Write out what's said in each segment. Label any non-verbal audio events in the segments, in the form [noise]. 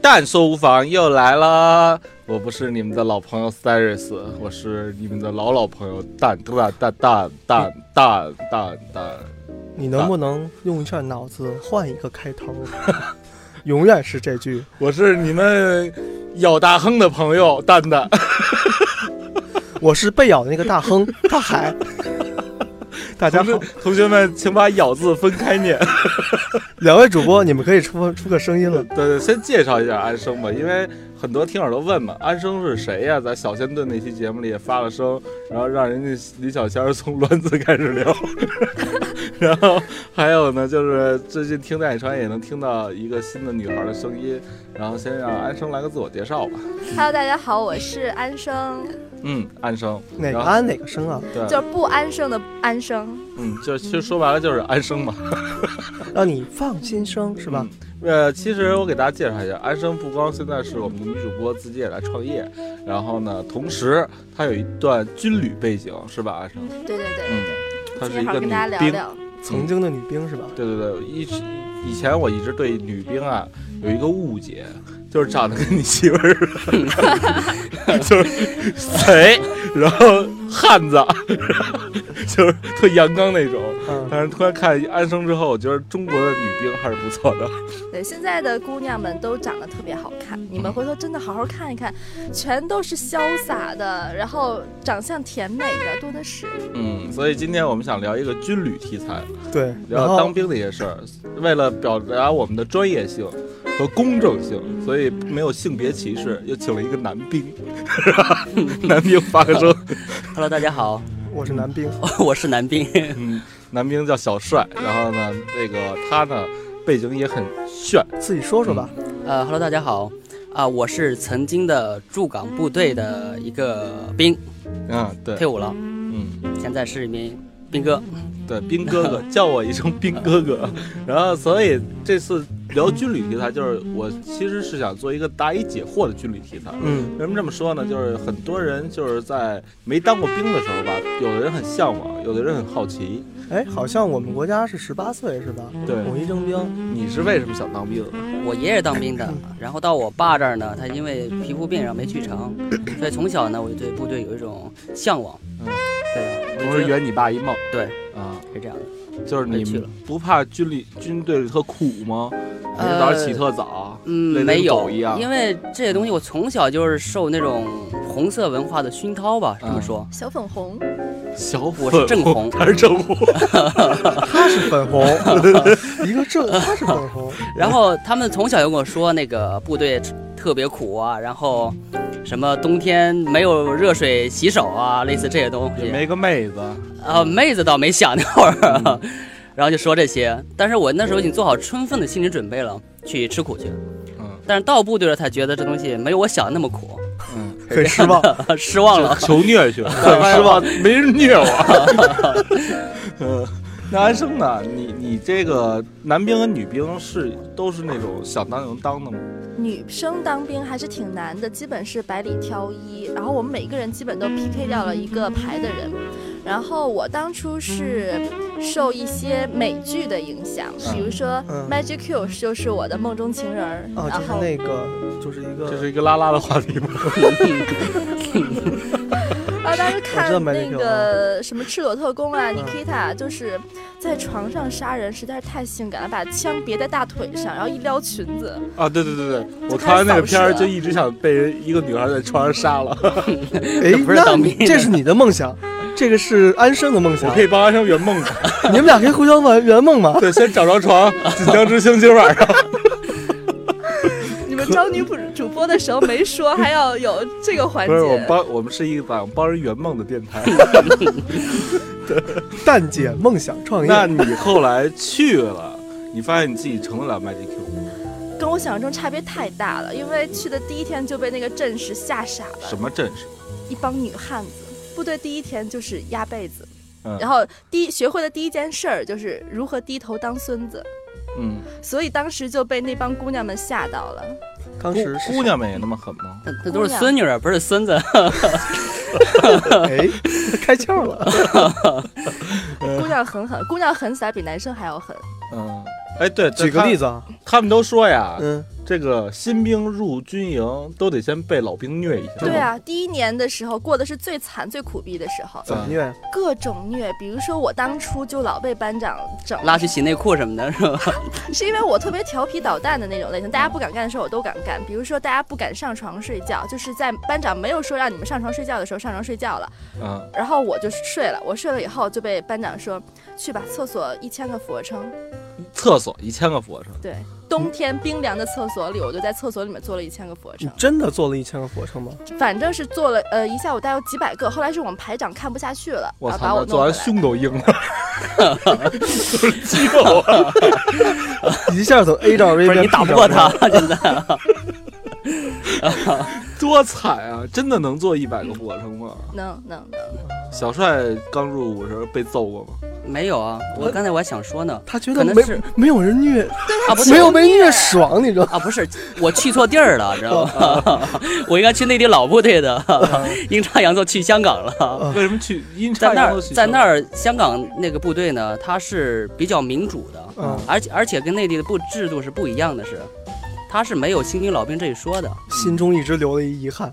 但说无妨又来了，呃我不是你们的老朋友 Cyrus，我是你们的老老朋友蛋蛋蛋蛋蛋蛋蛋蛋。你能不能用一下脑子换一个开头？永远是这句。我是你们咬大亨的朋友蛋 [laughs] 蛋，我是被咬的那个大亨， [laughs] 大海。大家同好学，同学们，请把“咬”字分开念。两位主播，你们可以出出个声音了。对对，先介绍一下安生吧，因为很多听友都问嘛，安生是谁呀、在小仙炖那期节目里也发了声，然后让人家李小仙儿从栾子开始 [laughs] 聊，然后还有呢，就是最近听大野川也能听到一个新的女孩的声音，然后先让安生来个自我介绍吧。 Hello，大家好，我是安生，嗯，安生，哪个然后安哪个生啊？就对，是不安生的安生。嗯，就是其实说白了就是安生嘛。让你放心生是吧？呃，其实我给大家介绍一下，安生不光现在是我们的女主播，自己也来创业，然后呢，同时她有一段军旅背景，是吧？安生，对对对，嗯，她今是天一好好个跟女大家聊兵，聊。曾经的女兵是吧？对对对，一直以前我一直对女兵啊有一个误解，就是长得跟你媳妇儿似 [laughs] 的，就是贼，然后汉子， [laughs] 就是特阳刚那种。嗯，但是突然看安生之后，我觉得中国的女兵还是不错的。对，现在的姑娘们都长得特别好看，你们回头真的好好看一看，全都是潇洒的，然后长相甜美的多的是。嗯，所以今天我们想聊一个军旅题材，对。然聊当后兵的一些事儿。为了表达我们的专业性和公正性，所以没有性别歧视，又请了一个男兵， [laughs] 男兵发个声， Hello，大家好， [laughs] 我是男兵，哦我是男兵。嗯，男兵叫小帅。然后呢，那个他呢背景也很炫，自己说说吧。呃，Hello，大家好。啊、我是曾经的驻港部队的一个兵，嗯，对退，伍了，嗯，现在是一名兵哥。对，兵哥 [laughs] 哥叫我一声兵哥哥。然后，所以这次聊军旅题材，就是我其实是想做一个答疑解惑的军旅题材。嗯，为什么这么说呢？就是很多人就是在没当过兵的时候吧，有的人很向往，有的人很好奇。哎，好像我们国家是十八岁是吧？对统一征兵。你是为什么想当兵的？我爷爷是当兵的，然后到我爸这儿呢，他因为皮肤病然后没去成，所以从小呢我就对部队有一种向往。嗯对，同时觉得圆你爸一梦对啊，是这样的。就是我也去你了不怕军里军队里特苦吗？每天呃早上起特早，累嗯，得没跟有狗一样，因为这些东西我从小就是受那种红色文化的熏陶吧，这么嗯说。小粉红，小粉我是正 [laughs] 红他是正红，他是粉红， [laughs] 一个正，他是粉红。然后他们从小就跟我说，那个部队特别苦啊，然后什么冬天没有热水洗手啊，类似这些东也西。没个妹子，啊，妹子倒没想那会儿， [laughs] 然后就说这些。但是我那时候已经做好充分的心理准备了，去吃苦去。嗯但是到部队了才觉得这东西没有我想的那么苦， [laughs] 嗯，很失望，失望了。 [laughs] 求虐去，很失望，没人虐我。 [laughs] 嗯，那安生呢？你你这个男兵和女兵是都是那种想当就能当的吗？女生当兵还是挺难的，基本是百里挑一。然后我们每个人基本都 PK 掉了一个排的人。然后我当初是受一些美剧的影响，嗯比如说嗯《Magic Q》就是我的梦中情人儿，啊，然就是后那个，就是一这个，是一个拉拉的话题吗？然后啊当时看那我知道 Magic 嗯 Q 个什么赤裸特工啊，Nikita 就是在床上杀人，实在是太性感了，把枪别在大腿上，然后一撩裙子， [laughs] 啊，对对对对，我看完那个片儿就一直想被人一个女孩在床上杀 [laughs] 了。哎，不是那当你兵的这是你的梦想，这个是安生的梦我想可。以帮安生圆梦吗？你们俩可以互相玩圆梦嘛？对，先找着 [laughs] 床，锦江之星今晚上。你们招女主主播的时候没说，还要有这个环不节。是，我帮我们是一档帮人圆梦的电 [laughs] 台。蛋姐梦想创业，那你后来去了，你发现你自己成不了 Magic Q，跟我想象中差别太大了，因为去的第一天就被那个阵势吓傻了，什么阵势？一帮女汉子，部队第一天就是压被子，嗯然后第一学会的第一件事儿就是如何低头当孙子，嗯，所以当时就被那帮姑娘们吓到了。当姑时是姑娘们也那么狠吗？ [laughs] 那那都是孙女儿，不是孙子。哎，开窍了，姑娘很狠，姑娘狠起来比男生还要狠。嗯，哎，对，举个例子，子啊，他们都说呀，嗯，这个新兵入军营都得先被老兵虐一下。对，啊，第一年的时候过的是最惨、最苦逼的时候，怎啊么虐？各种虐。比如说我当初就老被班长整，拉去洗内裤什么的，是吧？是因为我特别调皮捣蛋的那种类型，大家不敢干的事儿我都敢干。比如说大家不敢上床睡觉，就是在班长没有说让你们上床睡觉的时候上床睡觉了，嗯，然后我就睡了。我睡了以后就被班长说去吧，厕所一千个俯卧撑。厕所一千个俯卧撑，对，冬天冰凉的厕所里，我就在厕所里面做了一千个俯卧你撑。真的做了一千个俯卧撑吗？反正是做了呃一下午大概有几百个，后来是我们排长看不下去了，我然后把操，我那做弄回完来。胸都硬了，都是肌肉 [laughs] 啊。一下从 A 罩 V 不是变你 B 打不罩过 V 他，真的。多惨啊！真的能做一百个俯卧撑吗？能能能，小帅刚入伍时候被揍 [laughs] 过吗？ [laughs] 没有啊，我刚才我还想说呢，他觉可得能没是没有人虐，啊不是没有被虐爽，你知道吗？啊不是，我去错地儿了，知道吗？ [laughs] 我应该去内地老部队的， [laughs] 阴差阳错去香港了。啊为什么去？阴差在那阳儿，错去在那儿，香港那个部队呢，它是比较民主的，嗯，而且而且跟内地的部制度是不一样的是，它是没有新兵老兵这一说的。心中一直留了一遗憾。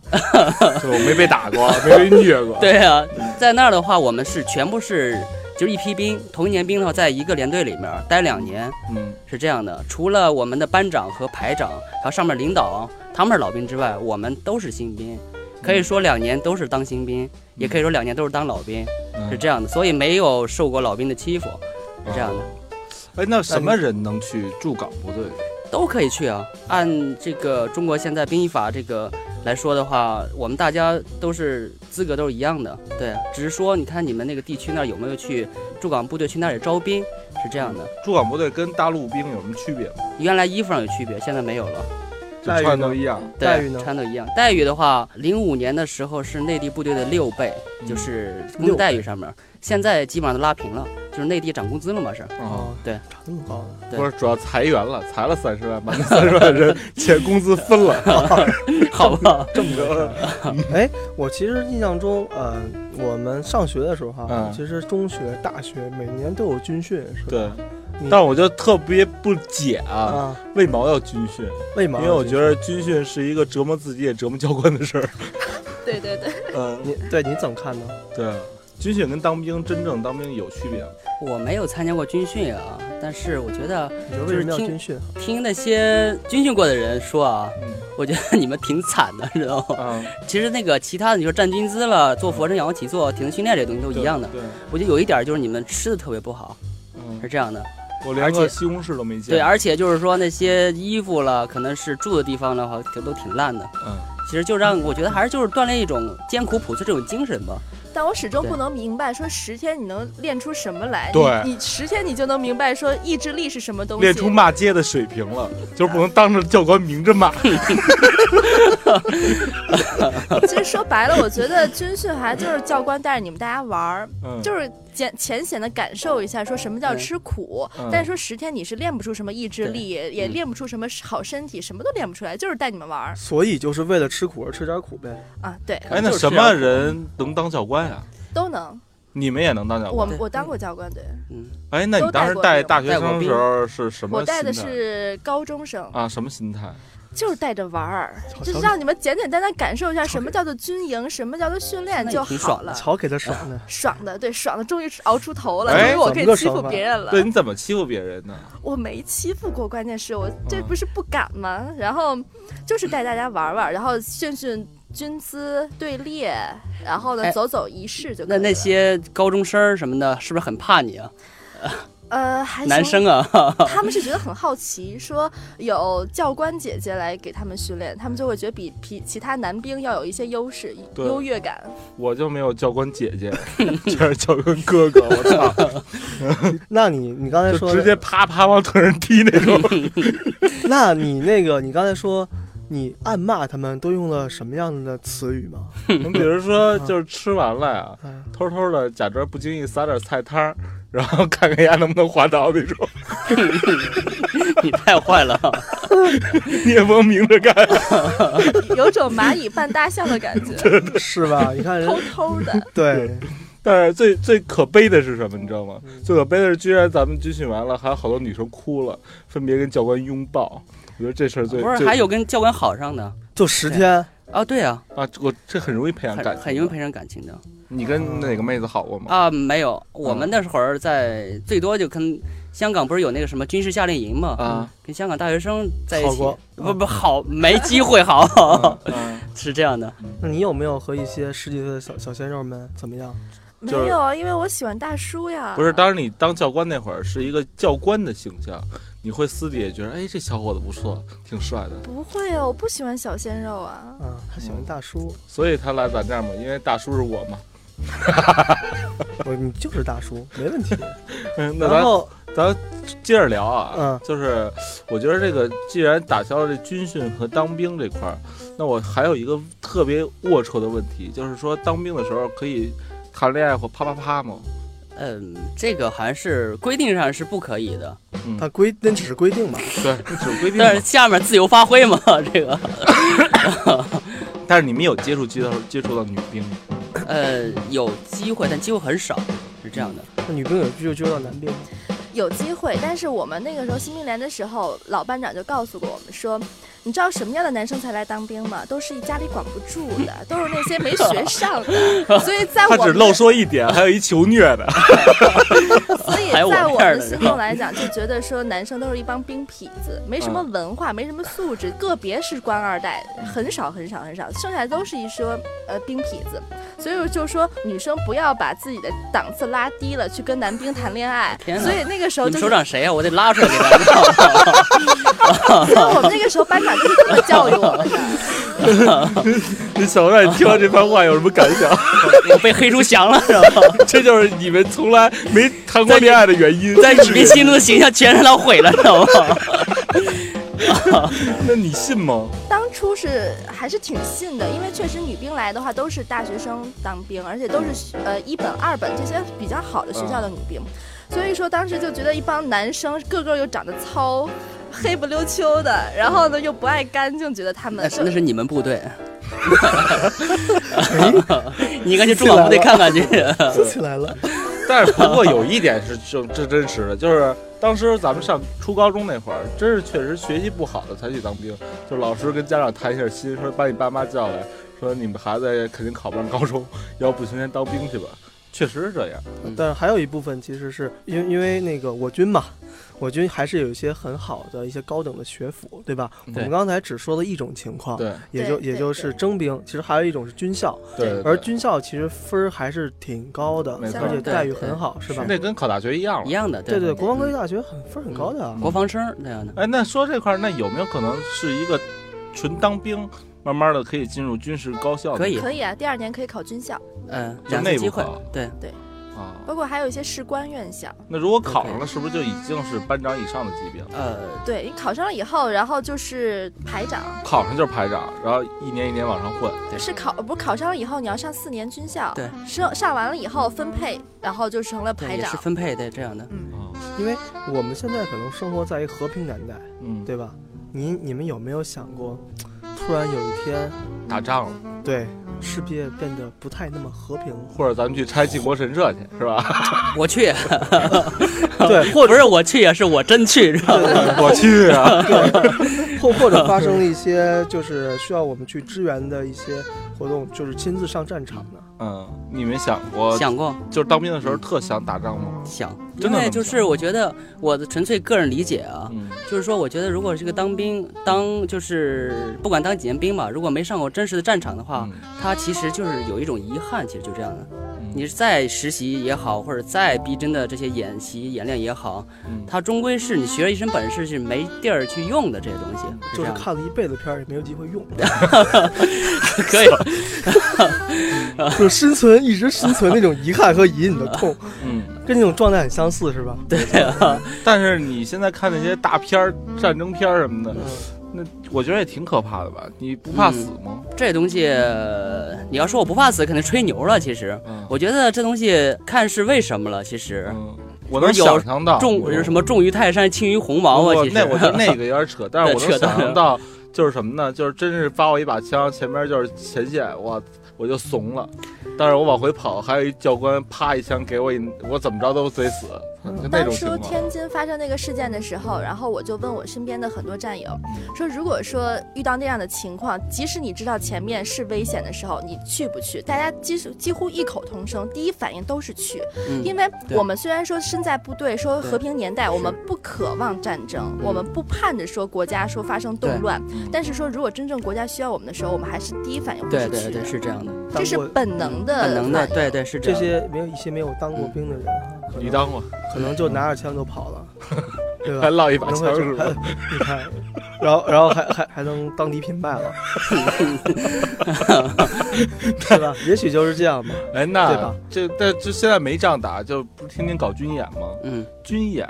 对我没被打过，没被虐过。， [laughs] [laughs] 对啊，在那儿的话，我们是全部是就是一批兵，同一年兵的话，在一个连队里面待两年嗯，是这样的。除了我们的班长和排长，还有上面领导他们是老兵之外，我们都是新兵，可以说两年都是当新兵，也可以说两年都是当老兵，嗯是这样的。所以没有受过老兵的欺负，是这样的。哎，那什么人能去驻港部队？都可以去啊。按这个中国现在兵役法这个来说的话，我们大家都是资格都是一样的，对。只是说，你看你们那个地区那儿有没有去驻港部队去那里招兵，是这样的。驻港部队跟大陆兵有什么区别吗？原来衣服上有区别，现在没有了。就待遇穿呢都一样。对待遇呢穿的一样。待遇的话，零五年的时候是内地部队的六倍，嗯就是工六倍资待遇上面，现在基本上都拉平了，就是内地涨工资了嘛是。 [laughs] 啊，对，长那么高呢？对不是，主要裁员了，裁了三十万，把那三十万人钱工资分 [laughs] 了。好吧，这么个，哎，我其实印象中，呃，我们上学的时候哈、嗯其实中学、大学每年都有军训，是吧？对你。但是我就特别不解啊，啊，为毛要军训？为啊因嘛？为我觉得军训是一个折磨自己也折磨教官的事儿。 [laughs] 对对对，嗯，你对你怎么看呢？对，军训跟当兵真正当兵有区别吗？我没有参加过军训啊，但是我觉得你觉得为什么要军训？听那些军训过的人说啊，嗯我觉得你们挺惨的，知道吗？啊，其实那个其他的，你说站军姿了，做俯卧撑、仰卧起坐、体能训练这些东西都一样的。对，我觉得有一点就是你们吃的特别不好，是嗯，这样的。我连个西红柿都没见。对，而且就是说那些衣服了，可能是住的地方的话，都都挺烂的。嗯，其实就让我觉得还是就是锻炼一种艰苦朴素这种精神吧。但我始终对不能明白，说十天你能练出什么来？对你，你十天你就能明白说意志力是什么东西。练出骂街的水平 [laughs] 了，就是不能当着教官明着骂。其实说白了，我觉得军训还就是教官带着你们大家玩儿，嗯，就是简浅显的感受一下，说什么叫吃苦。嗯但是说十天你是练不出什么意志力，也也嗯练不出什么好身体，什么都练不出来，就是带你们玩儿所以就是为了吃苦而吃点苦呗。啊。对，哎，那什么人能当教官呀？都能。你们也能当教官？我对我当过教官，对嗯，哎，那你当时带大学生的时候是什么我心态？带的是高中生，啊，什么心态？就是带着玩儿，瞧就是瞧让你们简简单单感受一下什么叫做军营，什么叫做训练那也就挺好爽了。瞧给他爽的，爽的，对，爽的，终于熬出头了，终哎于我可怎么以个欺爽负法别人了。对，你怎么欺负别人呢？我没欺负过，关键是我这嗯不是不敢吗？然后就是带大家玩玩，然后训训军姿队列，然后哎呢走走仪式就可以那了。那些高中生儿什么的，是不是很怕你啊？呃还行男，生啊， [laughs] 他们是觉得很好奇，说有教官姐姐来给他们训练，他们就会觉得比比其他男兵要有一些优势、对优越感。我就没有教官姐姐， [laughs] 全是教官哥哥，我 [laughs] 操，那你你刚才就说直的，接啪啪往腿上踢那种。那你那个你刚才说你暗骂他们都用了什么样的词语吗？你比如说，就是吃完了呀，嗯， [laughs] 偷偷的假装不经意撒点菜汤儿，然后看看牙能不能滑倒那种，你太坏了，你也不能明着干。有种蚂蚁扮大象的感 [laughs] 觉，是吧？你看人偷偷的。对，但是最最可悲的是什么，你知道吗？嗯最可悲的是，居然咱们军训完了，还有好多女生哭了，分别跟教官拥抱。我觉得这事儿最不是最还有跟教官好上的就十天，啊？对啊，啊，我这很容易培养感很情，啊嗯很容易培养感情的你跟哪个妹子好过吗？啊。没有，我们那会儿在最多就跟香港不是有那个什么军事夏令营嘛，啊，跟香港大学生在一好起，过不不好，没机会嗯好， [laughs] 是这样的。那你有没有和一些十几岁的小小鲜肉们怎么样？没就是有，啊因为我喜欢大叔呀。不是，当时你当教官那会儿是一个教官的形象，你会私底下觉得，哎，这小伙子不错，挺帅的，不会哦，我不喜欢小鲜肉啊。啊，他喜欢嗯大叔，所以他来咱这儿嘛，因为大叔是我嘛。 [laughs] 我你就是大叔，没问题。嗯， [laughs] 那然咱后接着聊啊，嗯就是我觉得这个既然打消了这军训和当兵这块儿，那我还有一个特别龌龊的问题，就是说当兵的时候可以谈恋爱或啪啪啪吗？嗯，这个还是规定上是不可以的，他规那只是规定嘛， [laughs] 对，只嗯规定嘛。但是下面自由发挥嘛，这个但是你们有接触接到接触到女兵吗？呃有机会，但机会很少，是这样的。那女兵有就就到男兵，有机会，但是我们那个时候新兵连的时候，老班长就告诉过我们说，你知道什么样的男生才来当兵吗？都是家里管不住的，都是那些没学上 [laughs] 的。所以哎在我他只们漏说一点，还有一求虐的。所以还有我在我这儿们的心人中来讲，就觉得说男生都是一帮兵痞子，没什么嗯文化，没什么素质，个别是官二代，嗯很少很少很少，剩下都是一说呃兵痞子。所以我就说女生不要把自己的档次拉低了，去跟男兵谈恋爱天。哪所以那个时候你就们是首，长谁啊呀、我得拉出来给 [laughs] 他知道。所以我们那个时候班长就是这么教育我们的。你小帅，你听到这番话有什么感 [laughs] 想？我被黑出翔了，是吧？这就是你们从来没谈过恋爱的原因。在你们心中的形象全让他毁了，知道吗？ [laughs] [laughs] 那你信吗？当初是还是挺信的，因为确实女兵来的话都是大学生当兵，而且都是学呃一本、二本这些比较好的学校的女嗯兵，所以说当时就觉得一帮男生个个又长得糙。黑不溜秋的，然后呢又不爱干净，觉得他哎那们是那是你们部队。哎 [laughs] 你应该去驻港部队看看去。说呃 [laughs] 起来了，但是不过有一点是这这真实的，就是当时咱们上初高中那会儿，真是确实学习不好的才去当兵，就老师跟家长谈一下心，说把你爸妈叫来，说你们孩子肯定考不上高中，要不先先当兵去吧。确实是这样，但是还有一部分其实是因为因为那个我军嘛，我军还是有一些很好的一些高等的学府，对吧？对我们刚才只说了一种情况，对也就对也对就是对征兵，其实还有一种是军校，对对对而军校其实分儿还是挺高的，没错而且对待遇对很好，是吧？那跟考大学一样一了。样的，对对，对国防科技大学很分儿很高的啊。国防生那样的。哎，那说这块儿，那有没有可能是一个纯当兵，慢慢的可以进入军事高校呢？可以可以啊。第二年可以考军校，嗯，就两内次部机会考，对，啊。包括还有一些士官院校。那如果考上了，是不是就已经是班长以上的级别了？呃，对你考上了以后，然后就是排长，考上就是排长，然后一年一年往上混。对是考不是考上了以后你要上四年军校，对，上上完了以后分配，然后就成了对排也长是。分配对这样的。嗯，啊，因为我们现在可能生活在一和平年代，嗯，对吧？你你们有没有想过，突然有一天，打仗了，对世界变得不太那么和平？或者咱们去拆靖国神社去，是吧？我去，对，或不者是我去，也是我真去，是吧？ [laughs] 我去啊！或或者发生了一些就是需要我们去支援的一些活动，就是亲自上战场的。嗯，你们想过，想嗯过就是当兵的时候特想打仗吗？想，真因的这么为就想是我觉得我的纯粹个人理解啊，嗯就是说我觉得如果是个当兵，当就是不管当几年兵嘛，如果没上过真实的战场的话，他其实就是有一种遗憾，其实就这样的。嗯你是再实习也好，或者再逼真的这些演习演练也好，嗯它终归是你学了一身本事是没地儿去用的这些东西，就这是样的看了一辈子片儿也没有机会用，可以。就心存一直心存那种遗憾和隐隐的痛， [laughs] 嗯，跟那种状态很相似，是吧？对啊，嗯嗯但是你现在看那些大片儿、战争片儿什么的，那我觉得也挺可怕的吧？你不怕嗯死吗？这东西，呃你要说我不怕死，肯定吹牛了。其实，嗯，我觉得这东西看是为什么了。其实，嗯我不能是有想象到重什么重于泰山，轻于鸿毛啊。不其实那 [laughs] 我觉得那个有点扯，但是我扯能淡想象到就是什么呢？就是真是发我一把枪，前面就是前线，我我就怂了。但是我往回跑，还有一教官啪一枪给我一，我怎么着都得死，就那嗯当种初情况。天津发生那个事件的时候，然后我就问我身边的很多战友，嗯说如果说遇到那样的情况，即使你知道前面是危险的时候，你去不去？大家几几乎异口同声，第一反应都是去，嗯因为对我们虽然说身在部队，说对和平年代，我们不渴望战争，我们不盼着说国家说发生动对乱，但是说如果真正国家需要我们的时候，我们还是第一反应会对是去对的对，，是这样的，当这是过本能的本能的，反应对对是这这样的。些没有一些没有当嗯过兵的人啊，可你能当过，可能就拿着枪就 [laughs] 跑了，对还吧？落一把可能枪会是这还 [laughs] 吧？你看，然后然后还还还能当敌品败 [laughs] 了，对吧？也许就是这样吧。哎，对那吧这但这现在没仗打，就不是天天搞军演吗？嗯，军演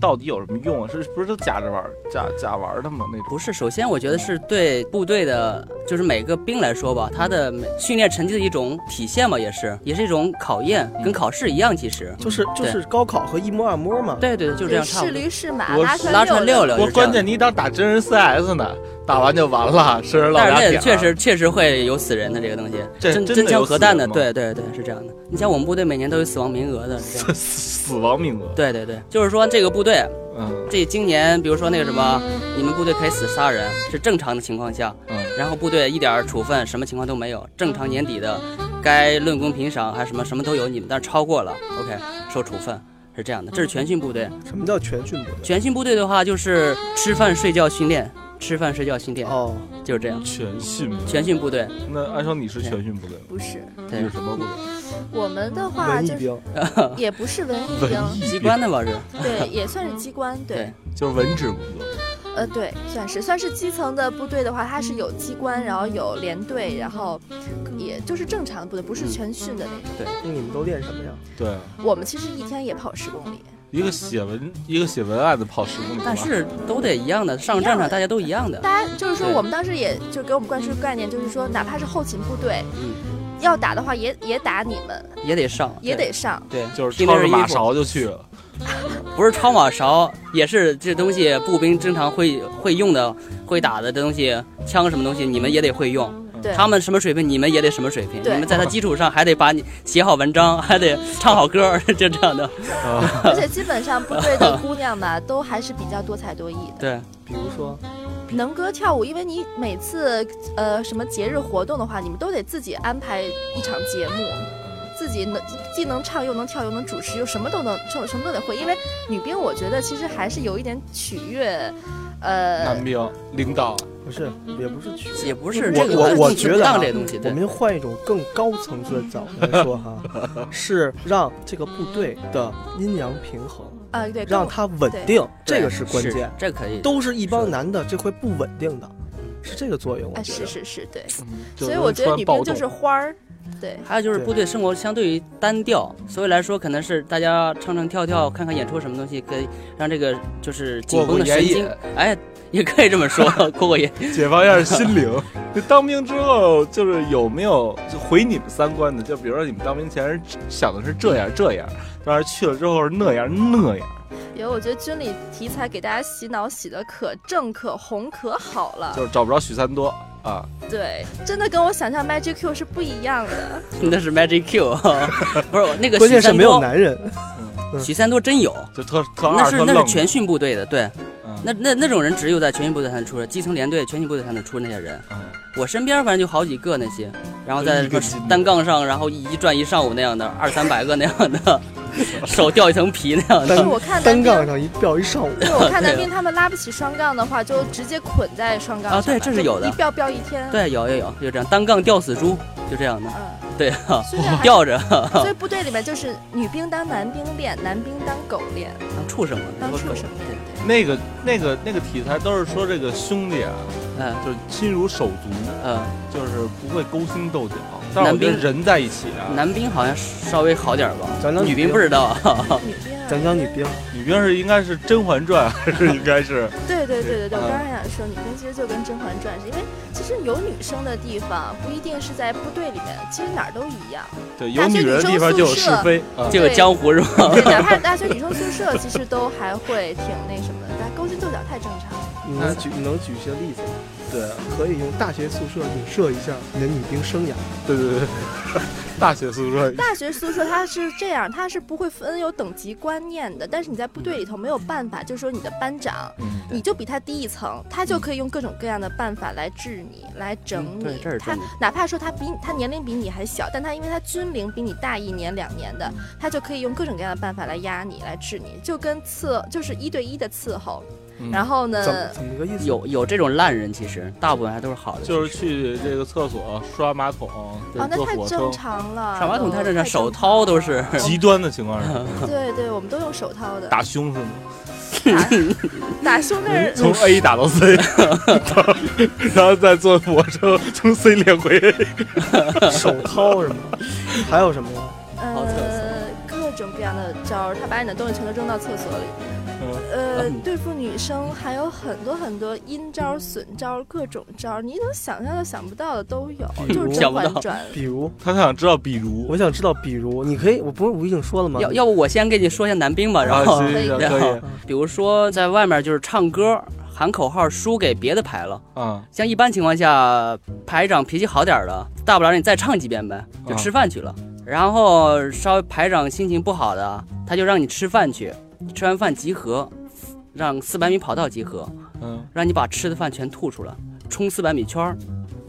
到底有什么用啊？是不是都假着玩儿、假假玩儿的吗？那种不是，首先我觉得是对部队的，就是每个兵来说吧，他的每训练成绩的一种体现吧，也是，也是一种考验，嗯跟考试一样，其实。就是就是高考和一模二模嘛。对对，对就这样差是不多。驴是马，我拉拉六串溜溜，不呃是是这样关键，你当打真人 CS 呢，打完就完了，是人老但家是那点儿。啊确实确实会有死人的这个东西，这真真的真枪有核死弹的，人吗对对对，是这样的。你像我们部队每年都有死亡名额的，是这 [laughs] 样死亡名额。对对对，就是说这个部队嗯这今年，比如说那个什么，你们部队可以死仨人，是正常的情况下，嗯，然后部队一点儿处分，什么情况都没有，正常年底的，该论功评赏还是什么什么都有，你们但是超过了，OK，受处分是这样的。这是全训部队，什么叫全训部队？全训部队的话就是吃饭睡觉训练，吃饭睡觉训练，哦，就是这样。全训吗。全训部队，那安生你是全训部队吗？不是你对是，什么部队？我们的话文艺啊就是兵，也不是文艺兵，文艺啊机关的吧是，对，也算是机关，对，就是文职工作。呃，对，算是算是基层的部队的话，它是有机关，然后有连队，然后也就是正常的部队，不是全训的那种。那你们都练什么呀？对，我们其实一天也跑十公里，一个写文，一个写文案的跑十啊公里吧。但是都得一样的，上战场大家都一样的，大家就是说，对我们当时也就给我们灌输概念，就是说，哪怕是后勤部队，嗯要打的话也也打你们，也得上，也对得上。对，就是披抄着着衣马服勺就去了。不是超马勺，也是这东西步兵经常会会用的、会打的这东西，枪什么东西你们也得会用。对，他们什么水平，你们也得什么水平。对你们在他基础上还得把你写好文章，还得唱好歌， [laughs] 就这样的。啊，而且基本上部队的姑娘吧，都还是比较多才多艺的。对，比如说，能歌跳舞，因为你每次呃什么节日活动的话，你们都得自己安排一场节目，自己能既能唱又能跳又能主持，又什么都能什么什么都得会。因为女兵，我觉得其实还是有一点取悦，呃男，兵领导，不是，也不是曲。也不是我这个我我不觉得啊当这东西，我对们换一种更高层次的角度来说哈，是让这个部队的阴阳平衡，啊、对，跟让我它稳定，这个是关键。这可以。都是一帮男的，这会不稳定的，是这个作用。啊我觉是得是是，对，嗯就所以是我觉得穿女暴兵就动是花儿，对，还有就是部队生活相对于单调，所以来说可能是大家唱唱跳跳、看看演出什么东西，可以让这个就是紧绷的神经过过，哎，也可以这么说， [laughs] 过过瘾。解放一下心灵。就当兵之后，就是有没有就毁你们三观的？就比如说你们当兵前是想的是这样这样，但是去了之后是那样那样。因为我觉得军里题材给大家洗脑洗的可正可红可好了，就是找不着许三多啊，对，真的跟我想象 Magic Q 是不一样的， [laughs] 那是 Magic Q，不是那个关许键是三没有多，男人，许三多真有，嗯就特特那二是特那是愣。全训部队的，对，嗯那那那种人只有在全训部队才能出来，基层连队全训部队才能出那些人。嗯我身边反正就好几个那些，然后就在一什个么劲的单杠上，然后一转一上午那样的，二三百个那样的， [laughs] 手掉一层皮那样就是的单，我看单男兵杠上一吊一上 [laughs] 午。对，我看对男兵他们拉不起双杠的话，就直接捆在双杠啊上。对这是有的一飙飙一天。，对，有有有，就这样单杠吊死猪，就这样的，嗯，对啊，虽然还吊着 [laughs] 所以部队里面就是女兵当男兵练，男兵当狗练，当畜生了，当畜生对练。对那个那个那个题材都是说这个兄弟啊，嗯就是亲如手足，嗯，就是不会勾心斗角，但是我男觉得兵人在一起啊，男兵好像稍微好点儿吧，咱能女兵不知道。女兵啊，讲讲女兵，女兵是应该是《甄嬛传》，还是应该是对对对对对，我嗯刚才想说，女兵其实就跟《甄嬛传》似的，因为其实有女生的地方不一定是在部队里面，其实哪儿都一 [laughs] 样。对有女人的地方就有是非啊。这个江湖是吧？对，哪怕大学女生宿舍，其实都还会挺那什么的，但勾心斗角太正常了。你能举你能举一些例子吗？对可以用大学宿舍影射一下你的女兵生涯。对对对，大学宿舍大学宿舍它是这样，它是不会分有等级观念的，但是你在部队里头嗯没有办法，就是说你的班长，嗯你就比他低一层，他就可以用各种各样的办法来治你，来整嗯对你这是。他真的哪怕说他比你他年龄比你还小，但他因为他军龄比你大一年两年的，他就可以用各种各样的办法来压你，来治你，就跟伺就是一对一的伺候。嗯然后怎么呢，怎么个意思？有有这种烂人，其实大部分还都是好的。就是去这个厕所刷马桶，对啊，那坐太火正车，常了。上马桶都太正常，手常掏都是 [laughs] 了。极端的情况下对对，我们都用手掏的。打胸是吗？打打胸那儿从 A 打到 C，然后再坐火车从 C 列回 A。手掏是吗？还有什么呀？好厕所呃，各种各样的招儿，他把你的东西全都扔到厕所里。呃嗯，对付女生还有很多很多阴招儿、损招儿、各种招儿，你能想象都想不到的都有，比就如是《哎甄嬛想不到传比如，他想知道，比如我想知道，比如你可以，我不是我已经说了吗？要要不我先给你说一下男兵吧，然后啊行行然可后以比如说在外面就是唱歌喊口号输给别的牌了。啊，像一般情况下，排长脾气好点儿的，大不了你再唱几遍呗，就啊吃饭去了。然后稍微排长心情不好的，他就让你吃饭去，吃完饭集合，让四百米跑道集合，嗯，让你把吃的饭全吐出来，冲四百米圈儿，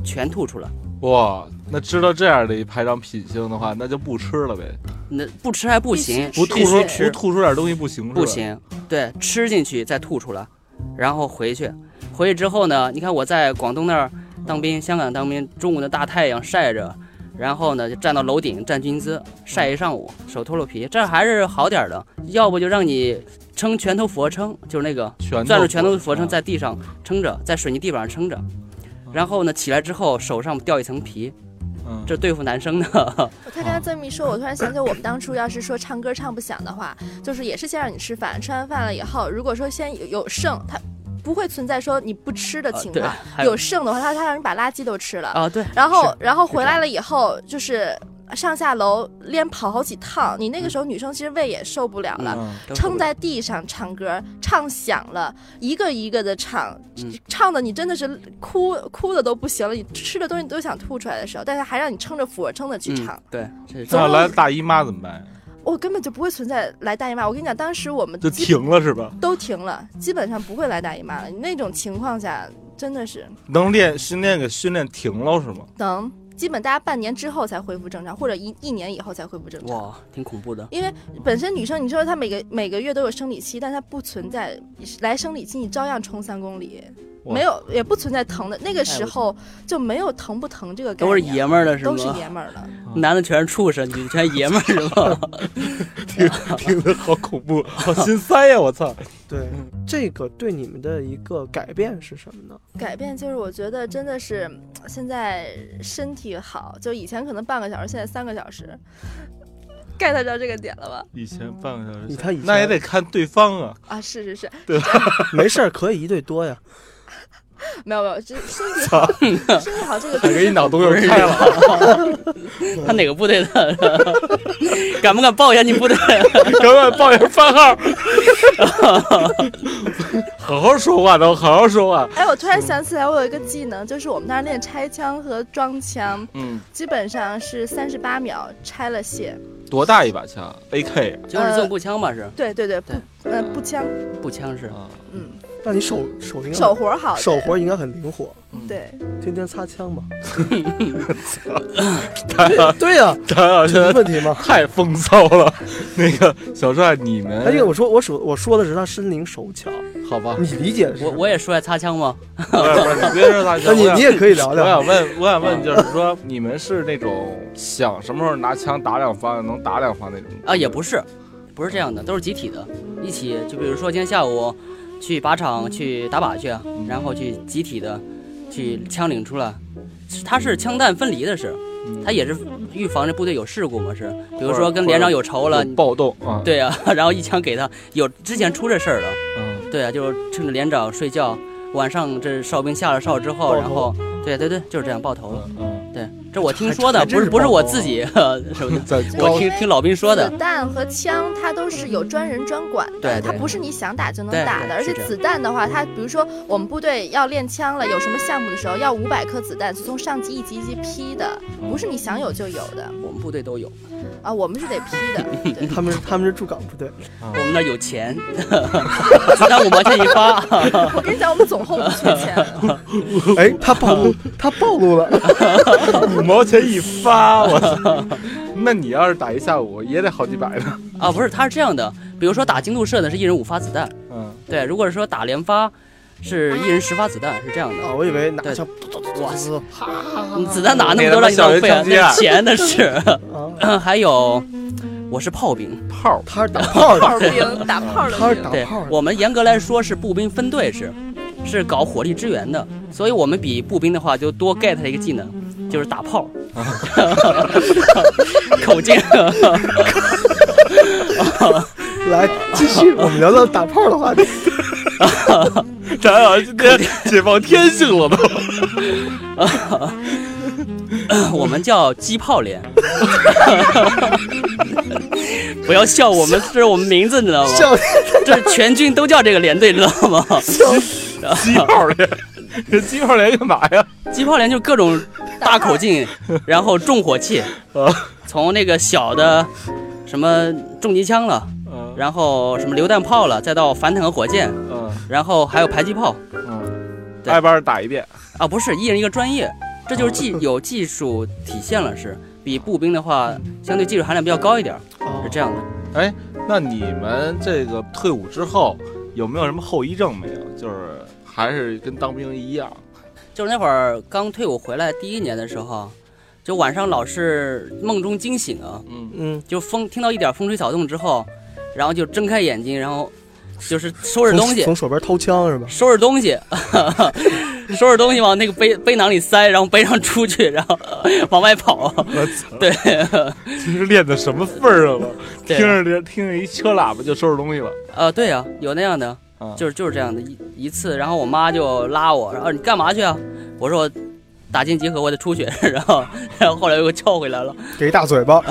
全吐出来。哇，那知道这样的一排长品性的话，那就不吃了呗，那不吃还不行，必不须吐必须出吃不吐出点东西不行是吧？不，行，对，吃进去再吐出来，然后回去，回去之后呢，你看我在广东那儿当兵，香港当兵，中午的大太阳晒着，然后呢就站到楼顶站军姿晒一上午，手脱了皮，这还是好点儿的，要不就让你撑拳头俯卧撑，就是呃那啊拳头个攥着拳头俯卧撑啊在地上撑着，在水泥地板上撑着，然后呢起来之后手上掉一层皮，嗯，这对付男生的，》。他刚才这么一说，我突然想起我们当初要是说唱歌唱不响的话，就是也是先让你吃饭，吃完饭了以后，如果说先有有剩，他不会存在说你不吃的情啊 [laughs] 对况。，还有剩的话，他他让你把垃圾都吃了。啊对，然后是然后是回这来样了以后就是。上下楼连跑好几趟，你那个时候女生其实胃也受不了了，嗯都是撑在地上唱歌，唱响了，一个一个的唱，嗯唱的你真的是哭哭的都不行了，你吃的东西你都想吐出来的时候，但是还让你撑着俯卧撑的去嗯唱，对，这是那来大姨妈怎么办？我根本就不会存在来大姨妈。我跟你讲，当时我们就基停了是吧？都停了，基本上不会来大姨妈了。那种情况下真的是能练训练给训练停了是吗？等基本大家半年之后才恢复正常，或者一一年以后才恢复正常。哇，挺恐怖的。因为本身女生，你说她每个每个月都有生理期，但她不存在来生理期，你照样冲三公里，哇没有也不存在疼的。那个时候就没有疼不疼这个概都是念，爷们儿的是吗？都是爷们儿了。 [laughs] 男的全是畜生，女的全爷们儿是吗？听的好恐 [laughs] 怖，好心塞呀！我操，对，这个对你们的一个改变是什么呢？ [laughs] 改变就是我觉得真的是嗯现在身体好，就以前可能半个小时，现在三个小时。get 到这个点了吧？以前半个小你时，看以前那也得看对方 [laughs] 啊，啊，是是是，没事儿，可以一对多呀。没有没有，这身体好，身体好这个 [laughs] 真的还给是你脑洞又开了，他哪个部队的？ [laughs] 敢不敢报一下你部队？ [laughs] 赶快报一下番 [laughs] 号，好好说话，都好好说话。哎，我突然想起来，我有一个技能，就是我们那儿练拆枪和装枪，嗯，基本上是三十八秒拆了卸。多大一把枪？AK [laughs] 就是纵步枪吧，是对对对，不，呃，步枪，步枪是。啊，嗯，那你手手应该手活儿好，嗯手活应该很灵活，对，天天擦枪吧。他对呀、他好这像没问题吗？太风骚 [laughs] 了。那个小帅，你们而且哎我说我手我说的是他身灵手巧，好吧？你理解的是我我也说下擦枪吗？不是哎不是，你别说他那小你帅你。也可以聊我聊。想问，我想问，就是说，你们是那种想什么时候拿枪打两发，能打两发那种啊，也不是，不是这样的，都是集体的，一起。就比如说今天下午去靶场去打靶去，然后去集体的去枪领出来，它是枪弹分离的是，嗯他也是预防着部队有事故嘛，是，比如说跟连长有仇了，有暴动啊，对啊， [laughs] 然后一枪给他，有之前出这事儿了，嗯，对啊，就是趁着连长睡觉，晚上这哨兵下了哨之后，爆头然后，对对对，就是这样爆头了，嗯嗯，对，这我听说的，还真不是是不是爆头我啊自己 [laughs] 什么的，在就是我高听听老兵说的子，弹和枪它都是有专人专管的，对对它不是你想打就能对打对的。而且是这样子弹的话，它比如说我们部队要练枪了，有什么项目的时候要五百颗子弹，是从上级一级一级批的，不是你想有就有的我们部队都有，啊。我们是得批的，对 [laughs] 他们是他们是驻港部 [laughs] 队，我们那儿有钱， [laughs] 子弹五毛钱一发，我跟你讲，我们总后不缺钱。哎，他暴露他暴露 [laughs] 了，五毛钱一发，我操！那你要是打一下午也得好几百呢，啊，不是，他是这样的，比如说打精度射呢，是一人五发子弹。嗯，对，如果是说打连发，是一人十发子弹，是这样的。啊我以为拿对枪，哇塞，呲你子弹哪那么多让你浪费啊？那是钱那是，啊， [laughs] 还有我是炮兵，炮他是打炮的，炮兵打炮的他是兵打对炮的，我们严格来说是步兵分队是，是搞火力支援的，所以我们比步兵的话就多 get 了一个技能，就是打炮， [laughs] [laughs] 口径。来继续，我们聊到打炮的话题，咱好像今天解放天性了都， [laughs] 我们叫机炮连。 [laughs] 不要笑，我们这是我们名字，你知道吗？笑这是全军都叫这个连队，你知道吗？机炮嗯连，这机炮连干嘛呀？机炮连就各种大口径，然后重火器啊，从那个小的什么重机枪了，嗯然后什么榴弹炮了，再到反坦克火箭，嗯然后还有排击炮嗯，对挨班打一遍，啊，不是一人一个专业，这就是技有技术体现了，是比步兵的话相对技术含量比较高一点儿，哦是这样的。那你们这个退伍之后有没有什么后遗症没有？就是还是跟当兵一样，嗯就是那会儿刚退伍回来第一年的时候，就晚上老是梦中惊醒啊，嗯，嗯，就风听到一点风吹草动之后，然后就睁开眼睛，然后就是收拾东西，从手边掏枪是吧？收拾东西， [laughs] 收拾东西往那个背背囊里塞，然后背上出去，然后往外跑。我操，对，这是练到什么份儿上了？听着对，听听着一车喇叭就收拾东西了， [laughs] 呃，对啊，有那样的，啊就是就是这样的一一次，然后我妈就拉我，然后你干嘛去啊？我说我打进集合，我得出去，然后然后后来又给我叫回来了， [laughs] 给一大嘴巴，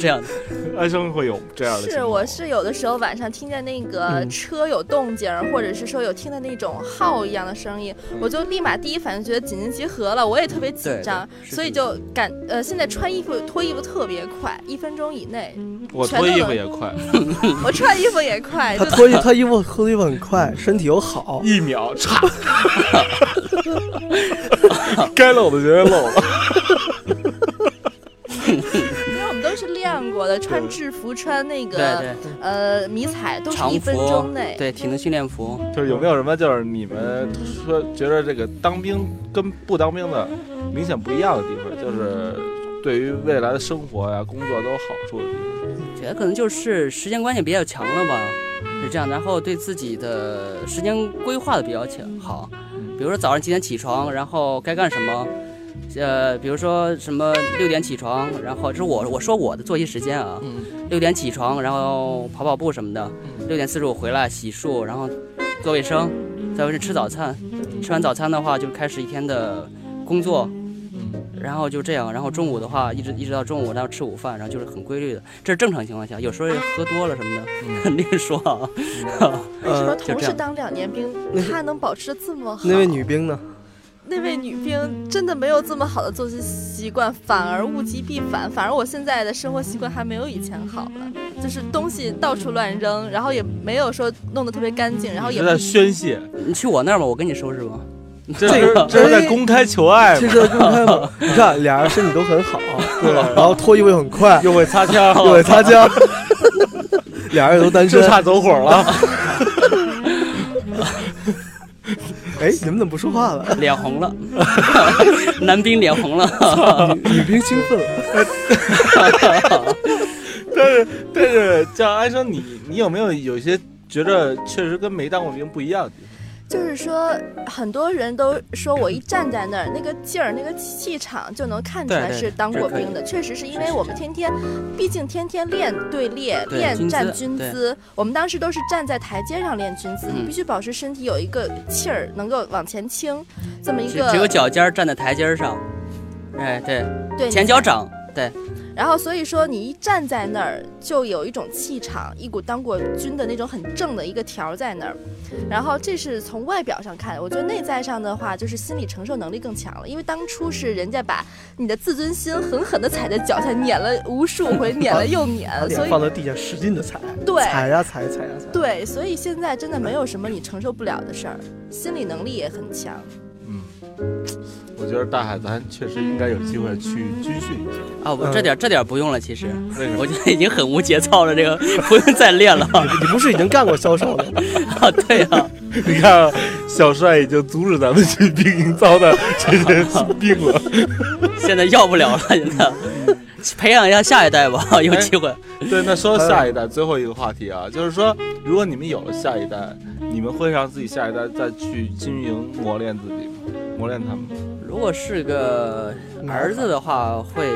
这样的。安生会有这样的情是，况我吗是有的时候晚上听见那个嗯车有动静儿，或者是说有听的那种号一样的声音，我就立马第一反应觉得紧急集合了，我也特别紧对对张，是所以这就赶呃，现在穿衣服脱衣服特别快，一分钟以内，我脱衣服也快，我穿衣服也快，他就脱衣他衣服脱衣服很快，身体又好，一秒差， [laughs] 该露的绝对露了。因为我们都是练过的，穿制服穿那对个对呃迷彩都是长一分服钟内。对，体能训练服。就是有没有什么就是你们说觉得这个当兵跟不当兵的明显不一样的地方，就是对于未来的生活呀、工作都有好处的地方。觉得可能就是时间观念比较强了吧，是这样。然后对自己的时间规划的比较强好，比如说早上几点起床，然后该干什么，呃，比如说什么六点起床，然后这是我我说我的作息时间啊，六点起床，然后跑跑步什么的，六点四十五回来洗漱，然后做卫生，做卫生吃早餐，吃完早餐的话就开始一天的工作。然后就这样，然后中午的话，一直一直到中午，然后吃午饭，然后就是很规律的，这是正常情况下。有时候也喝多了什么的， [laughs] 肯定说啊。 [laughs] 为什么呃，就同这事样当两年兵那，是他能保持的这么好？那位女兵呢？那位女兵真的没有这么好的作息习惯，反而物极必反。反而我现在的生活习惯还没有以前好了，就是东西到处乱扔，然后也没有说弄得特别干净，然后你也是在宣 [laughs] 泄，你去我那儿吧，我给你收拾吧。这哎是这是在公开求爱这吗？是公开吗？你看俩人身体都很好，对，然后脱衣服又很快，又会擦枪，又会擦枪，俩人都单身就。差走火了。哎，你们怎么不说话 [laughs] 了？脸红了，男兵脸红了。女女兵兴奋了。但是 [laughs] 但是，像安生你，你有没有有些觉着确实跟没当过兵不一样的地方？就是说，很多人都说我一站在那儿，那个劲儿、那个气场就能看出来对对是当过这可以兵的。确实是因是为是我们天天，毕竟天天练队列、对练军站姿军对姿，我们当时都是站在台阶上练军姿，你嗯必须保持身体有一个气儿能够往前倾，这么一只个只有脚尖儿站在台阶儿上，哎，对，对前脚掌，对，然后所以说你一站在那儿，就有一种气场，一股当过军的那种很正的一个条儿在那儿。然后这是从外表上看，我觉得内在上的话，就是心理承受能力更强了，因为当初是人家把你的自尊心狠狠地踩在脚下，碾了无数回，碾了又碾把，所脸以放在地下使劲的踩，对踩呀踩踩呀踩。，对，所以现在真的没有什么你承受不了的事儿，心理能力也很强。嗯，我觉得大海咱确实应该有机会去军训 [laughs] 一下。啊，我嗯这点儿这点儿不用了，其实嗯为什我觉得已经很无节操了，这个不用再练了 [laughs] 你不是已经干过销售了吗？啊，对啊，你看，啊，小帅已经阻止咱们去兵营遭的 [laughs] 这些病了。现在要不了了，现在 [laughs] 培养一下下一代吧，有机会。 [laughs] 对，那说到下 [laughs] 一代，最后一个话题啊，就是说，如果你们有了下一代，你们会让自己下一代再去军营磨练自己吗？磨练他们？如果是个嗯儿子的话，会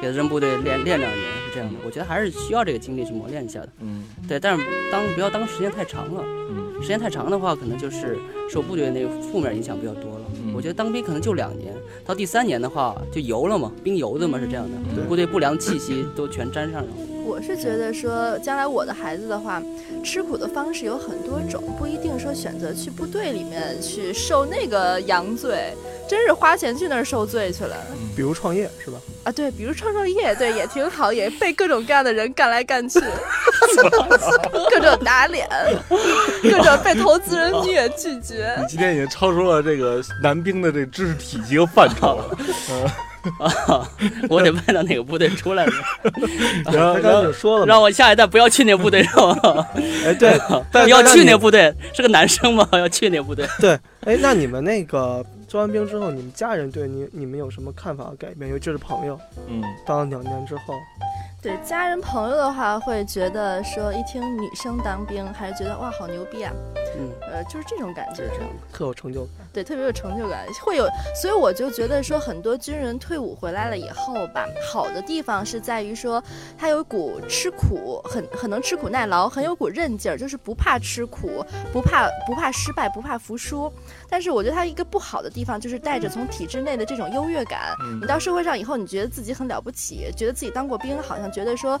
给他扔部队练练两年，是这样的。我觉得还是需要这个精力去磨练一下的。嗯对，但是当不要当时间太长了，嗯时间太长的话，可能就是受部队那个负面影响比较多了。嗯我觉得当兵可能就两年，到第三年的话就游了嘛，兵游子嘛是这样的对，部队不良气息都全沾上了。我是觉得说，将来我的孩子的话，吃苦的方式有很多种，不一定说选择去部队里面去受那个洋罪，真是花钱去那儿受罪去了比如创业 [laughs] 是吧？啊！对，比如创创业，对，也挺好，也被各种各样的人干来干去，各种打脸，各种被投资人虐拒绝。你今天已经超出了这个男兵的这知识体系和范畴了。啊，我得问到哪个部队出来了，然后，他然刚后才就说了嘛，让我下一代不要去那部队是吗？哎对，但要去那那部队是个男生吗？要去那部队？对，哎，那你们那个做完兵之后，你们家人对你你们有什么看法和改变？尤其是朋友， [laughs] 嗯，当了两年之后，对家人朋友的话，会觉得说一听女生当兵，还是觉得哇好牛逼啊，嗯，呃，就是这种感觉就是。这样的。特有成就感。对，特别有成就感，会有，所以我就觉得说，很多军人退伍回来了以后吧，好的地方是在于说，他有股吃苦，很很能吃苦耐劳，很有股韧劲儿，就是不怕吃苦，不怕不怕失败，不怕服输。但是我觉得他一个不好的地方，就是带着从体制内的这种优越感，嗯你到社会上以后，你觉得自己很了不起，觉得自己当过兵，好像觉得说，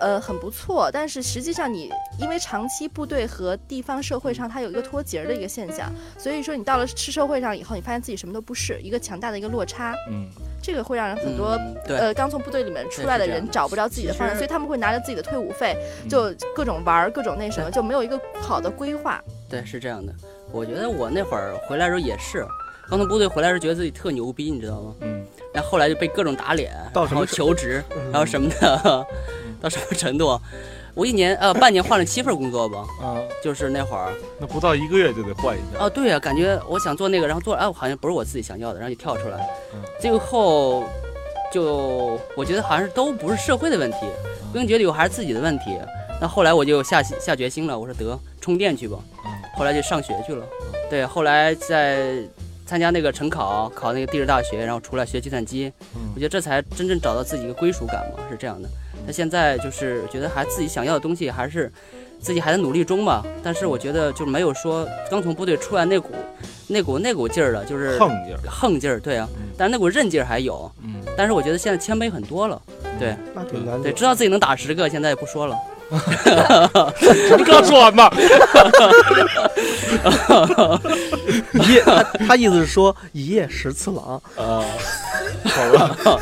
呃，很不错，但是实际上你因为长期部队和地方社会上它有一个脱节儿的一个现象。所以说，你到了是社会上以后，你发现自己什么都不是，一个强大的一个落差，嗯，这个会让人很多、嗯对，呃刚从部队里面出来的对是这样人的嗯找不着自己的方向，其所实以他们会拿着自己的退伍费嗯就各种玩儿，各种那什么，就没有一个好的规划。对，是这样的。我觉得我那会儿回来的时候也是，刚从部队回来的时候觉得自己特牛逼，你知道吗？嗯。但后来就被各种打脸，到然什么后程求职，嗯然啊后什么的， [laughs] 到什么程度？我一年呃半年换了七份工作吧，啊，就是那会儿那不到一个月就得换一下。哦，对呀、感觉我想做那个，然后做了，哎，好像不是我自己想要的，然后就跳出来嗯，最后就我觉得好像是都不是社会的问题，嗯冰决里我还是自己的问题。那后来我就下下决心了，我说得充电去吧嗯，后来就上学去了，对，后来在参加那个晨考，考那个地质大学，然后出来学计算机，我嗯觉得这才真正找到自己一个归属感嘛，是这样的。那现在就是觉得还自己想要的东西还是自己还在努力中吧，但是我觉得就没有说刚从部队出来那股那股那股劲儿了，就是横劲儿。横劲儿，对啊嗯，但是那股韧劲儿还有，嗯，但是我觉得现在谦卑很多了，对那挺难得。对，知道自己能打十个，现在也不说了。你刚说 [laughs] 完吧。一夜，他他意思是说一夜十次郎。呃啊，好吧，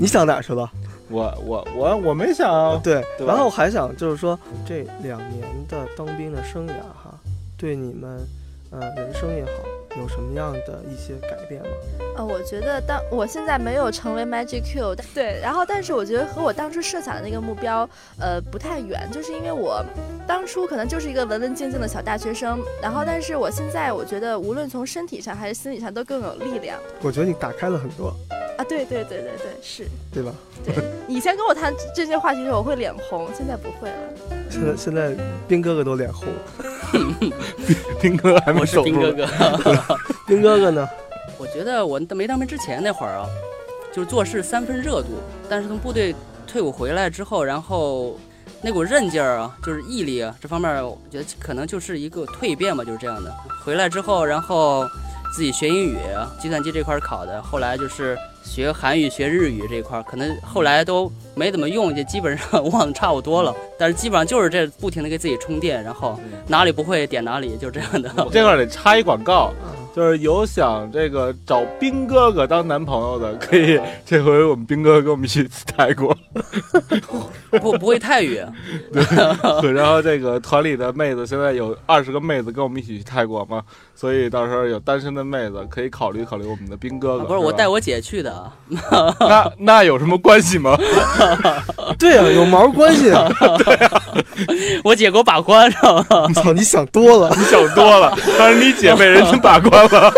你想哪儿去了？我我我我没想啊。对，对吧然后我还想就是说，这两年的当兵的生涯哈，对你们，呃，人生也好，有什么样的一些改变吗？呃，我觉得当我现在没有成为 Magic Q，但对，然后但是我觉得和我当初设想的那个目标，呃，不太远，就是因为我当初可能就是一个文文静静的小大学生，然后但是我现在我觉得无论从身体上还是心理上都更有力量我觉得你打开了很多，啊！对对对对对，是。对吧？以前跟我谈嗯这些话题的时候，我会脸红，现在不会了。现在现在兵哥哥都脸红了，丁哥还没我是守丁住哥呢。哥。丁哥哥呢？我觉得我没当兵之前那会儿啊，就是做事三分热度，但是从部队退伍回来之后，然后那股韧劲儿啊，就是毅力啊，这方面儿我觉得可能就是一个蜕变吧，就是这样的。回来之后，然后自己学英语，计算机这块儿考的，后来就是学韩语、学日语这一块儿，可能后来都没怎么用，就基本上忘得差不多了。 [laughs] 但是基本上就是这不停的给自己充电，然后哪里不会点哪里，就这样的。 [laughs] [laughs] 这块儿得插一广告，啊，嗯就是有想这个找兵哥哥当男朋友的，可以这回我们兵哥哥跟我们一起去泰 [laughs] 国，不不会泰语，对，然后这个团里的妹子现在有二十个妹子跟我们一起去泰国嘛，所以到时候有单身的妹子可以考虑考虑我们的兵哥哥。啊不是我吧带我姐去的。啊。那那有什么关系吗？对啊，有毛关系啊！ [laughs] 我姐给我把关上了。我操，你想多了。你想多了，但是你姐被人家把关了。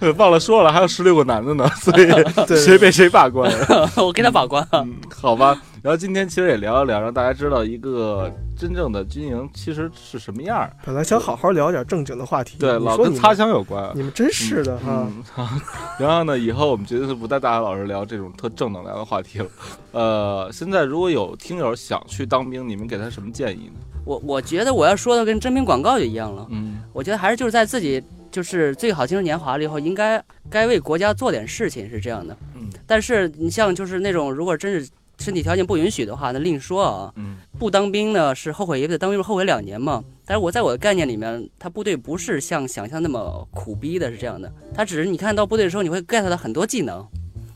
呃 [laughs] 忘了说了，还有十六个男的 [laughs] 呢，所以对谁被谁把关？ [laughs] 我给他把关了。嗯，好吧。然后今天其实也聊一聊，让大家知道一个真正的军营其实是什么样儿。本来想好好聊点正经的话题，对，你老说跟你擦们枪有关。你们真是的哈。嗯， [laughs] 好。然后呢，以后我们绝对是不带大家老师聊这种特正能量的话 [laughs] 题了。呃，现在如果有听友想去当兵，你们给他什么建议呢？我我觉得我要说的跟真兵广告就一样了。嗯，我觉得还是就是在自己就是最好青春年华了以后，应该该为国家做点事情是这样的。嗯但是你像就是那种如果真是身体条件不允许的话，那另说啊。嗯，不当兵呢是后悔也得当兵，后悔两年嘛。但是我在我的概念里面，他部队不是像想象那么苦逼的，是这样的。他只是你看到部队的时候，你会 get 到很多技能，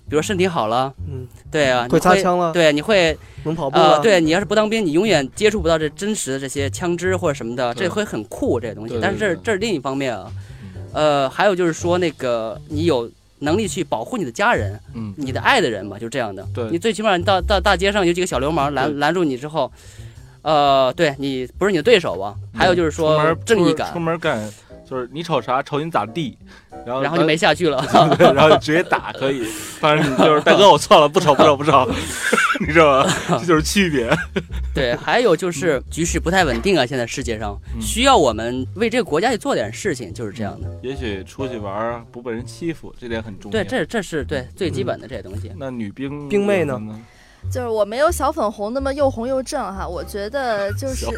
比如身体好了，嗯，对啊，你会擦枪了对，你会能哦跑步啊呃，了，对你要是不当兵，你永远接触不到这真实的这些枪支或者什么的，对这会很酷这些东西对对。但是这对这是另一方面啊，呃，还有就是说那个你有能力去保护你的家人，嗯，你的爱的人嘛，就这样的。对你最起码你到到大街上有几个小流氓拦拦住你之后，呃，对你不是你的对手啊。还有就是嗯出说门正义出感，门干，就是你瞅啥瞅你咋地，然后然后就没下去 [laughs] 了。对，然后直接打可以，反正你就是大哥，我错了，不吵不吵不吵， [laughs] 你知道吧？ [laughs] 这就是区别。对，还有就是局势不太稳定啊，现在世界上嗯需要我们为这个国家去做点事情，就是这样的。也许出去玩儿不被人欺负，这点很重要。对，这这是对最基本的这些东西。那女兵兵妹呢有什么呢？就是我没有小粉红那么又红又正哈，我觉得就是小，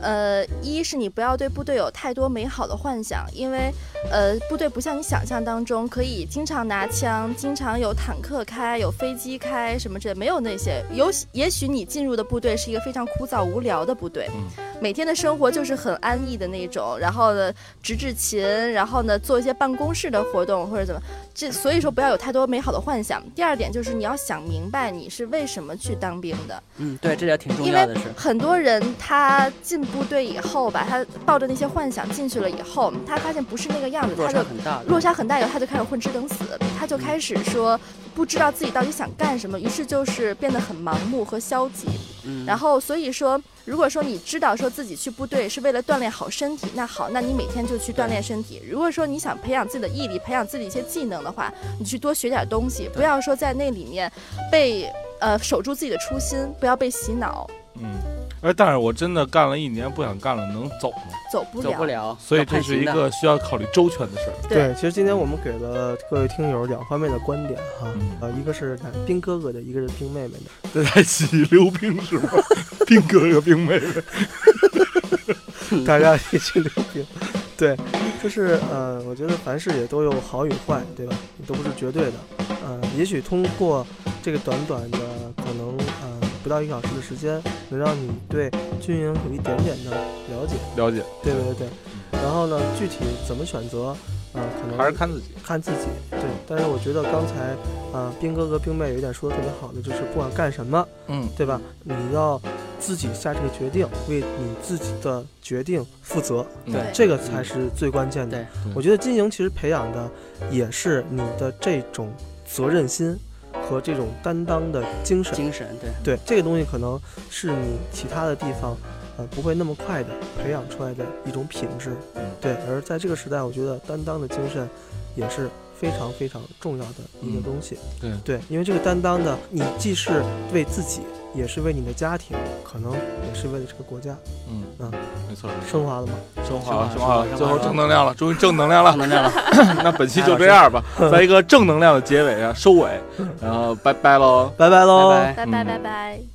呃，一是你不要对部队有太多美好的幻想，因为呃，部队不像你想象当中可以经常拿枪，经常有坦克开，有飞机开什么之类，没有那些。有也许你进入的部队是一个非常枯燥无聊的部队，嗯每天的生活就是很安逸的那种，然后呢，执执勤，然后呢，做一些办公室的活动或者怎么，这所以说不要有太多美好的幻想。第二点就是你要想明白你是为什么去当兵的，嗯，对，这点挺重因要为的是，很多人他进部队以后吧，他抱着那些幻想进去了以后，他发现不是那个样子，落他差就很大的。落差很大以后，他就开始混吃等死，他就开始说不知道自己到底想干什么，于是就是变得很盲目和消极。嗯，然后所以说，如果说你知道说自己去部队是为了锻炼好身体，那好，那你每天就去锻炼身体。如果说你想培养自己的毅力，培养自己一些技能的话，你去多学点东西，不要说在那里面被呃守住自己的初心，不要被洗脑，嗯，哎，但是我真的干了一年不想干了，能走吗？走不走了。不了，所以要这判是一刑的个需要考虑周全的事儿。对，其实今天我们给了各位听友两方面的观点哈嗯，呃，一个是男兵哥哥的，一个是兵妹妹的，这 [laughs] 在洗溜冰是吗？ [laughs] 兵哥哥兵妹 [laughs] 妹。大家一起留言。对，就是呃，我觉得凡事也都有好与坏，对吧？你都不是绝对的。呃，也许通过这个短短的可能呃不到一个小时的时间，能让你对军营有一点点的了解，了解，对对对对。然后呢，具体怎么选择，呃，可能还是看自己。看自己。对，但是我觉得刚才啊、呃兵哥哥、兵妹有一点说的特别好的，就是不管干什么，嗯，对吧？你要自己下这个决定，为你自己的决定负责，嗯对这个才是最关键的。对我觉得经营其实培养的也是你的这种责任心和这种担当的精神。精神，对，对，这个东西可能是你其他的地方，呃，不会那么快的培养出来的一种品质嗯。对，而在这个时代，我觉得担当的精神也是非常非常重要的一个嗯东西。对对，因为这个担当呢，你既是为自己，也是为你的家庭，可能也是为了这个国家。嗯嗯，没错，升华了吗？升华了，升升华华了了，最升华了后正能量了，终于正能量正了。能量 [laughs] 了，那本期就这样 [laughs] 吧，在一个正能量的结尾啊，收尾，然后拜拜喽。拜拜喽。拜拜。嗯拜拜拜拜。